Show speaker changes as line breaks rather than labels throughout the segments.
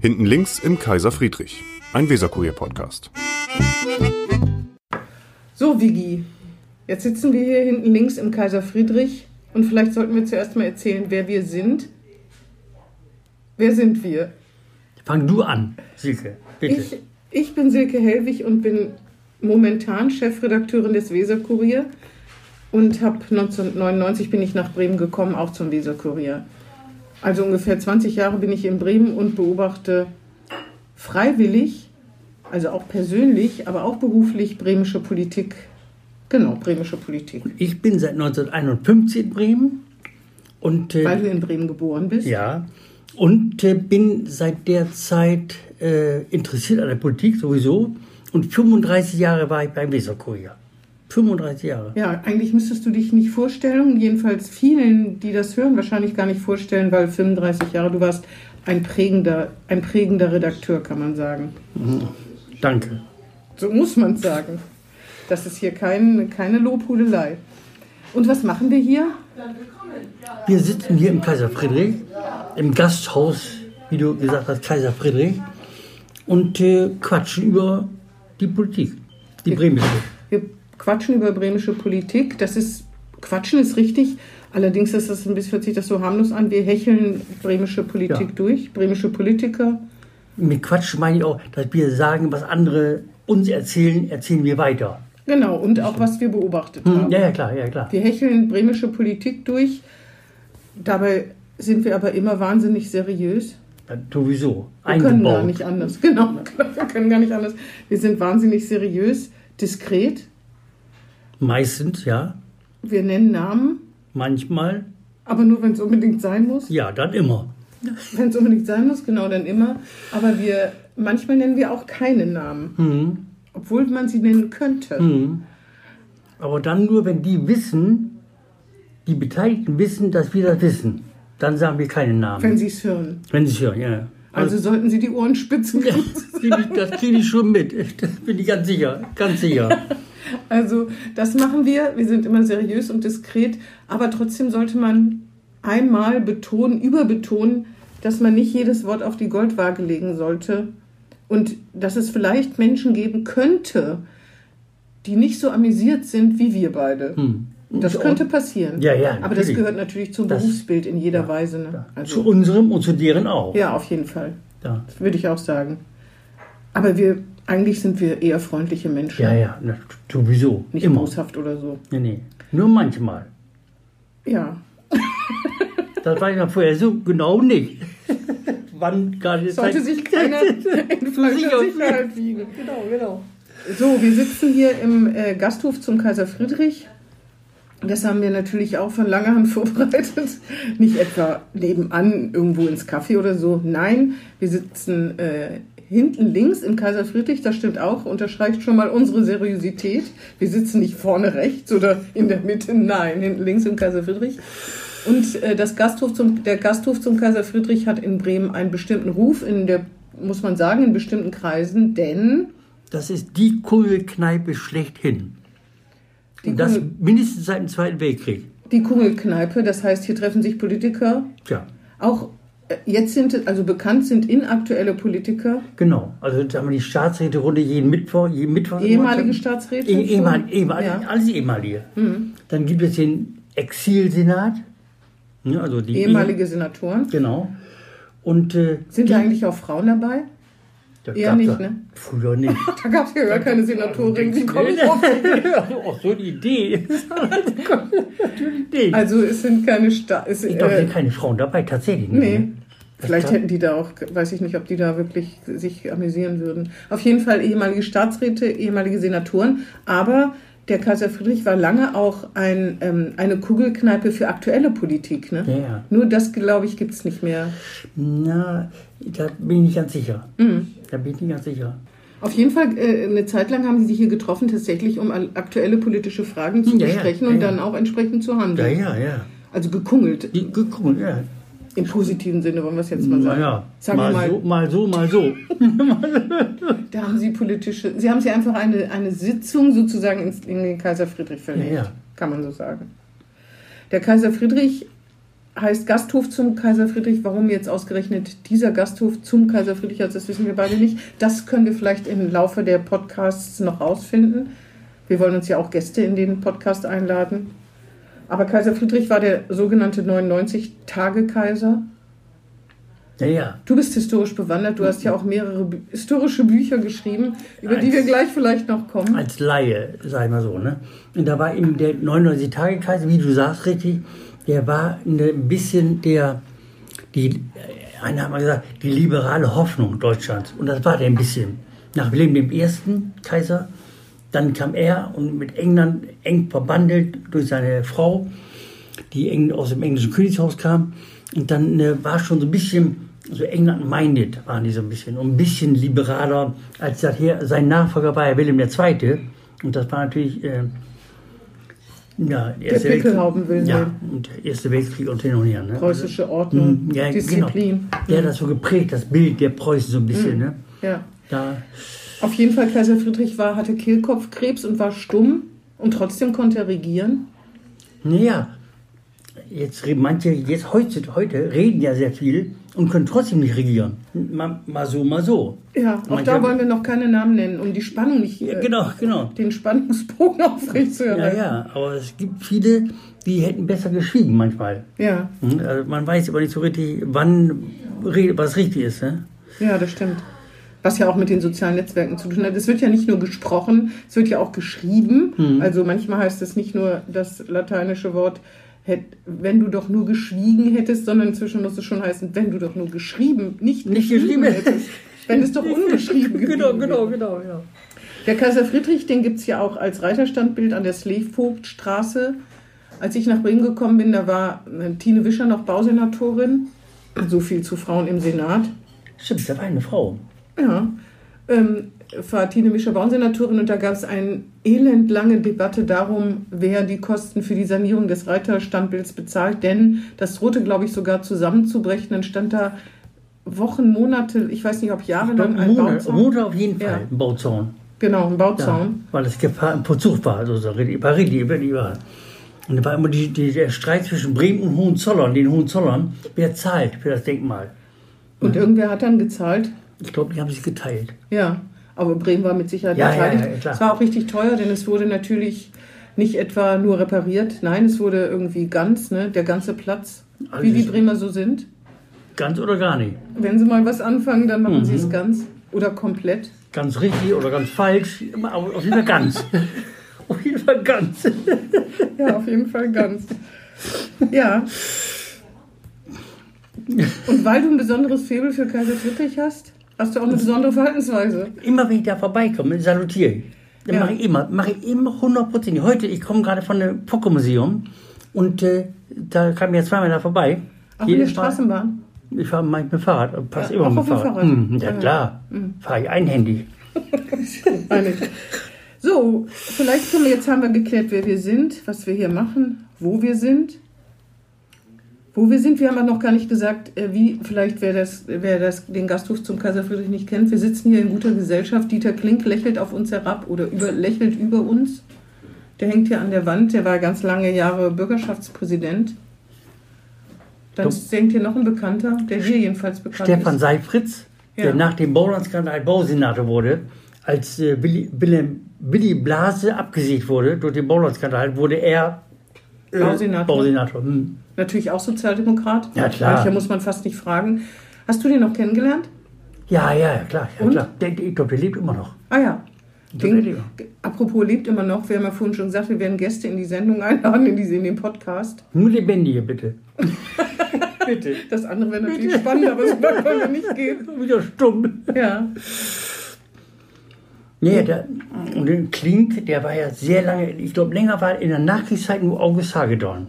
Hinten links im Kaiser Friedrich, ein Weserkurier-Podcast.
So, Vigi, jetzt sitzen wir hier hinten links im Kaiser Friedrich und vielleicht sollten wir zuerst mal erzählen, wer wir sind. Wer sind wir?
Fang du an, Silke, bitte.
Ich, ich bin Silke Hellwig und bin momentan Chefredakteurin des Weserkurier und habe 1999 bin ich nach Bremen gekommen, auch zum Weserkurier. Also ungefähr 20 Jahre bin ich in Bremen und beobachte freiwillig, also auch persönlich, aber auch beruflich bremische Politik. Genau, bremische Politik.
Ich bin seit 1951 in Bremen und äh,
Weil du in Bremen geboren bist.
ja und äh, bin seit der Zeit äh, interessiert an der Politik sowieso und 35 Jahre war ich beim Weserkurier. 35 Jahre.
Ja, eigentlich müsstest du dich nicht vorstellen, jedenfalls vielen, die das hören, wahrscheinlich gar nicht vorstellen, weil 35 Jahre, du warst ein prägender, ein prägender Redakteur, kann man sagen.
Danke.
So muss man sagen. Das ist hier kein, keine Lobhudelei. Und was machen wir hier?
Wir sitzen hier im Kaiser Friedrich, im Gasthaus, wie du gesagt hast, Kaiser Friedrich und äh, quatschen über die Politik, die bremische.
Wir quatschen über bremische Politik. Das ist, quatschen ist richtig. Allerdings ist das ein bisschen, hört sich das so harmlos an. Wir hecheln bremische Politik
Ja.
durch, bremische Politiker.
Mit Quatsch meine ich auch, dass wir sagen, was andere uns erzählen, erzählen wir weiter.
Genau, und auch was wir beobachtet haben.
Hm, Ja, ja, klar, ja, klar.
Wir hecheln bremische Politik durch. Dabei sind wir aber immer wahnsinnig seriös.
Ja, sowieso.
Wir können gar
Eingebaut.
nicht anders. Genau, genau, wir können gar nicht anders. Wir sind wahnsinnig seriös, diskret.
Meistens, ja.
Wir nennen Namen,
Manchmal,
aber nur wenn es unbedingt sein muss.
ja, dann immer.
Wenn es unbedingt sein muss, genau dann immer. Aber wir manchmal nennen wir auch keine Namen, obwohl man sie nennen könnte.
Aber dann nur, wenn die wissen, die Beteiligten wissen, dass wir das wissen. Dann sagen wir keinen Namen.
Wenn sie es hören.
Wenn sie es hören, ja, ja.
Also sollten sie die Ohren spitzen.
Das kriege ich, das krieg ich schon mit. Das bin ich ganz sicher. Ganz sicher.
Also das machen wir. Wir sind immer seriös und diskret, aber trotzdem sollte man einmal betonen, überbetonen, dass man nicht jedes Wort auf die Goldwaage legen sollte und dass es vielleicht Menschen geben könnte, die nicht so amüsiert sind wie wir beide. Das könnte passieren.
Hm. Ja, ja,
aber das
natürlich.
gehört natürlich zum
Das-
Berufsbild in jeder Weise. Ne?
zu
Also,
unserem und zu deren auch.
ja, auf jeden Fall.
Ja,
Das würde ich auch sagen. Aber wir, eigentlich sind wir eher freundliche Menschen.
ja, ja na, sowieso.
Nicht
immer.
boshaft oder so.
Nee, nee. Nur manchmal.
Ja,
Das weiß man vorher so genau nicht. Wann gerade
Sollte
Zeit-
sich keiner in falscher
Sicher.
Sicherheit wiegen. Genau, genau. So, wir sitzen hier im äh, Gasthof zum Kaiser Friedrich. Das haben wir natürlich auch von langer Hand vorbereitet. Nicht etwa nebenan irgendwo ins Café oder so. Nein, wir sitzen äh, hinten links im Kaiser Friedrich. Das stimmt auch, unterstreicht schon mal unsere Seriosität. Wir sitzen nicht vorne rechts oder in der Mitte. Nein, hinten links im Kaiser Friedrich. Und äh, das Gasthof zum, der Gasthof zum Kaiser Friedrich hat in Bremen einen bestimmten Ruf, in der, muss man sagen, in bestimmten Kreisen, denn
Das ist die Kugelkneipe schlechthin.
die,
Und das
Kugel,
mindestens seit dem Zweiten Weltkrieg.
die Kugelkneipe, das heißt, hier treffen sich Politiker,
Tja,
auch äh, jetzt sind, also bekannt sind inaktuelle Politiker,
genau. Also da haben wir die Staatsräterunde jeden Mittwoch, jeden Mittwoch.
ehemalige
gemacht.
Staatsräte.
Eh- Ehemal, ehemal,
ja. Hm.
Alles ehemalige. Dann gibt es den Exilsenat. Ne, also die
ehemalige Senatoren.
Genau. Und äh,
Sind da eigentlich auch Frauen dabei?
das
Eher
gab's
nicht,
ja
ne?
Früher nicht.
Da gab es ja gar keine Senatorin. Wie komme ich auf
Auch so eine Idee. Natürlich nicht.
Also es sind keine Sta es,
Ich glaube,
äh,
sind keine Frauen dabei, tatsächlich. nicht,
Nee.
ne?
Vielleicht
glaub-
hätten die da auch, weiß ich nicht, ob die da wirklich sich amüsieren würden. Auf jeden Fall ehemalige Staatsräte, ehemalige Senatoren. Aber der Kaiser Friedrich war lange auch ein, ähm, eine Kugelkneipe für aktuelle Politik. Ne?
Ja, ja.
Nur das, glaube ich, gibt es nicht mehr.
Na, da bin ich nicht ganz sicher.
Mhm.
Da bin ich nicht ganz sicher.
Auf jeden Fall, äh, eine Zeit lang haben sie sich hier getroffen, tatsächlich, um al- aktuelle politische Fragen zu
Ja, ja,
besprechen
ja,
und
ja.
dann auch entsprechend zu
Ja,
handeln.
ja, ja.
Also gekungelt,
Die gekommen, ja.
im positiven Sinne, wollen wir es jetzt mal
Na
sagen.
ja.
Sagen wir
mal, so, mal so, mal so.
Da haben Sie politische, Sie haben Sie einfach eine, eine Sitzung sozusagen ins, in den Kaiser Friedrich verlegt,
Ja, ja.
kann man so sagen. Der Kaiser Friedrich heißt Gasthof zum Kaiser Friedrich. Warum jetzt ausgerechnet dieser Gasthof zum Kaiser Friedrich heißt, das wissen wir beide nicht. Das können wir vielleicht im Laufe der Podcasts noch rausfinden. Wir wollen uns ja auch Gäste in den Podcast einladen. Aber Kaiser Friedrich war der sogenannte 99-Tage-Kaiser.
Ja, ja.
Du bist historisch bewandert. Du hast ja auch mehrere bü historische Bücher geschrieben, über die wir gleich vielleicht noch kommen.
als Laie, sag ich mal so. Ne? Und da war eben der 99-Tage-Kaiser, wie du sagst richtig, der war ein bisschen der, die, einer hat mal gesagt, die liberale Hoffnung Deutschlands. Und das war der ein bisschen. Nach Wilhelm I. Kaiser, dann kam er und mit England eng verbandelt durch seine Frau, die eng- aus dem englischen Königshaus kam. Und dann äh, war schon so ein bisschen, so England-minded waren die so ein bisschen. Und ein bisschen liberaler als das hier. Sein Nachfolger war ja Wilhelm II. Und das war natürlich. Äh, ja, der Erste
Pickelhauben-Wilhelm.
Ja, und Erste Weltkrieg und hin und her. Ne?
Preußische Ordnung,
Ja,
Disziplin. Hm.
Genau. Der hat das so geprägt, das Bild der Preußen so ein bisschen. Ne?
Ja.
Da,
Auf jeden Fall, Kaiser Friedrich war, hatte Kehlkopfkrebs und war stumm und trotzdem konnte er regieren.
naja, jetzt reden manche, jetzt heute, heute reden ja sehr viel und können trotzdem nicht regieren. Mal, mal so, mal so.
Ja, auch
Manche
da
haben-
wollen wir noch keine Namen nennen, um die Spannung nicht,
Ja,
äh,
Genau, genau.
den Spannungsbogen
Ja,
aufrechtzuerhalten.
ja, aber es gibt viele, die hätten besser geschwiegen manchmal.
ja.
Hm, Also man weiß aber nicht so richtig, wann re- was richtig ist. Ne?
Ja, das stimmt. Was ja auch mit den sozialen Netzwerken zu tun hat. Es wird ja nicht nur gesprochen, es wird ja auch geschrieben.
Mhm.
Also manchmal heißt es nicht nur das lateinische Wort, hätt, wenn du doch nur geschwiegen hättest, sondern inzwischen muss es schon heißen, wenn du doch nur geschrieben, nicht,
Nicht
geschrieben,
geschrieben.
hättest. Wenn es doch ungeschrieben geblieben wäre.
genau, genau, genau, ja.
Der Kaiser Friedrich, den gibt es ja auch als Reiterstandbild an der Sleevogtstraße. Als ich nach Bremen gekommen bin, da war äh, Tine Wischer noch Bausenatorin. So viel zu Frauen im Senat.
Stimmt, da war eine Frau.
Ja, ähm, war Tine Mischer-Bauernsenatorin und da gab es eine elendlange Debatte darum, wer die Kosten für die Sanierung des Reiterstandbilds bezahlt. Denn das drohte, glaube ich, sogar zusammenzubrechen. Dann stand da Wochen, Monate, ich weiß nicht, ob Jahre lang ein
Monat,
Bauzaun.
Monat auf jeden Fall,
Ja.
ein Bauzaun.
Genau, ein
Ja,
Bauzaun.
weil es Gefahr im Verzug war, also so richtig, war richtig, wirklich war. Und da war immer die, die, der Streit zwischen Bremen und Hohenzollern, den Hohenzollern, wer zahlt für das Denkmal? Mhm.
Und irgendwer hat dann gezahlt.
Ich glaube, die haben sich geteilt.
Ja, aber Bremen war mit Sicherheit
Ja, ja,
beteiligt.
ja, klar.
es war auch richtig teuer, denn es wurde natürlich nicht etwa nur repariert. Nein, es wurde irgendwie ganz, ne, der ganze Platz,
Alles
wie die
ist-
Bremer so sind.
Ganz oder gar nicht.
Wenn sie mal was anfangen, dann machen
Mhm.
sie es ganz oder komplett.
Ganz richtig oder ganz falsch, immer, aber auf jeden Fall ganz. auf jeden Fall ganz.
Ja, auf jeden Fall ganz. Ja. Und weil du ein besonderes Faible für Kaiser Friedrich hast, hast du auch eine besondere Verhaltensweise.
Immer wenn ich da vorbeikomme, salutiere ich. Dann
Ja.
mache ich immer, mache ich immer hundertprozentig. Heute, ich komme gerade von dem Poco-Museum und äh, da kam ich ja zweimal da vorbei.
Auch in der
Jedes Mal-
Straßenbahn.
Ich fahre manchmal Fahrrad, und passe
Ja,
immer
auch
mit
auf dem
Fahrrad.
Fahrrad. Hm.
Mhm, ja, klar, fahre ich einhändig.
Meine ich. So, vielleicht können wir jetzt haben wir geklärt, wer wir sind, was wir hier machen, wo wir sind. Wo wir sind, wir haben ja noch gar nicht gesagt, äh, wie, vielleicht wer, das, wer das, den Gasthof zum Kaiser Friedrich nicht kennt. Wir sitzen hier in guter Gesellschaft. Dieter Klink lächelt auf uns herab oder über, lächelt über uns. Der hängt hier an der Wand, der war ganz lange Jahre Bürgerschaftspräsident. Dann
Du-
hängt hier noch ein Bekannter, der hier jedenfalls bekannt
Stefan
ist.
Seifritz,
Ja.
der nach dem Baulandskandal Bausenator wurde, als äh, Billy, Billy, Billy Blase abgesägt wurde durch den Baulandskandal, wurde er äh,
Bausenator.
Bausenator. Hm.
Natürlich auch Sozialdemokrat.
Ja, klar.
Mancher muss man fast nicht fragen. Hast du den noch kennengelernt?
Ja, ja, ja, klar. Ja,
Und?
klar. Der, der, ich glaube, der lebt immer noch.
Ah ja.
glaub, der
Den,
lebt.
apropos lebt immer noch. Wir haben ja vorhin schon gesagt, wir werden Gäste in die Sendung einladen, in, die, in den Podcast.
Nur lebendige, bitte. bitte.
Das andere wäre natürlich spannend, aber so weit wollen wir nicht gehen.
Wieder stumm.
Ja.
Nee, der, und den Klink, der war ja sehr lange, ich glaube, länger war in der
Mhm.
Nachkriegszeit nur August Hagedorn.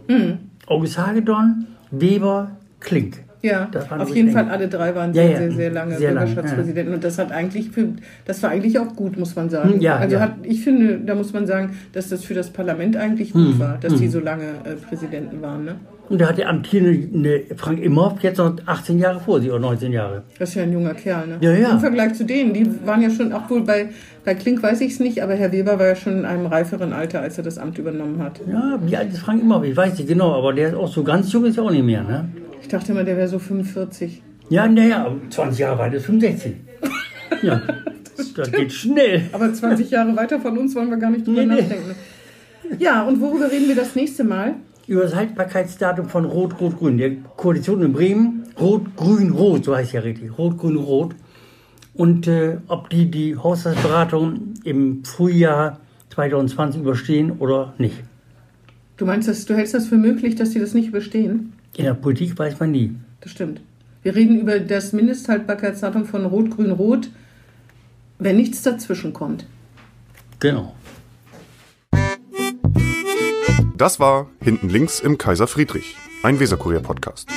August Hagedorn, Weber, Klink.
Ja,
Das waren
auf
wirklich
jeden
länger.
Fall alle drei waren
Ja,
sehr,
ja,
sehr, sehr lange
sehr lange,
Bürgerschaftspräsidenten. Und das hat eigentlich für, das war eigentlich auch gut, muss man sagen.
Hm, ja,
also
ja.
hat, ich finde, da muss man sagen, dass das für das Parlament eigentlich
Hm.
gut war, dass die so lange äh, Präsidenten waren. Ne?
Und da hat der amtierende Frank Imhoff jetzt noch 18 Jahre vor sich oder 19 Jahre.
Das ist ja ein junger Kerl, ne?
Ja, ja.
Im Vergleich zu denen, die waren ja schon, auch wohl bei, bei Klink weiß ich es nicht, aber Herr Weber war ja schon in einem reiferen Alter, als er das Amt übernommen hat.
Ja, wie alt ist Frank Imhoff? Ich weiß nicht genau, aber der ist auch so ganz jung, ist er auch nicht mehr, ne?
Ich dachte immer, der wäre so 45.
Ja, naja, 20 Jahre weit ist 65. ja, das, geht schnell.
Aber 20 Jahre weiter von uns wollen wir gar nicht drüber
Nee, nee.
nachdenken. Ja, und worüber reden wir das nächste Mal?
Über das Haltbarkeitsdatum von Rot-Rot-Grün, der Koalition in Bremen, Rot-Grün-Rot, so heißt ja richtig, Rot-Grün-Rot. Und äh, ob die die Haushaltsberatung im Frühjahr 2020 überstehen oder nicht.
Du meinst, das, du hältst das für möglich, dass die das nicht überstehen?
In der Politik weiß man nie.
Das stimmt. Wir reden über das Mindesthaltbarkeitsdatum von Rot-Grün-Rot, wenn nichts dazwischen kommt.
Genau.
Das war Hinten links im Kaiser Friedrich, ein Weserkurier-Podcast.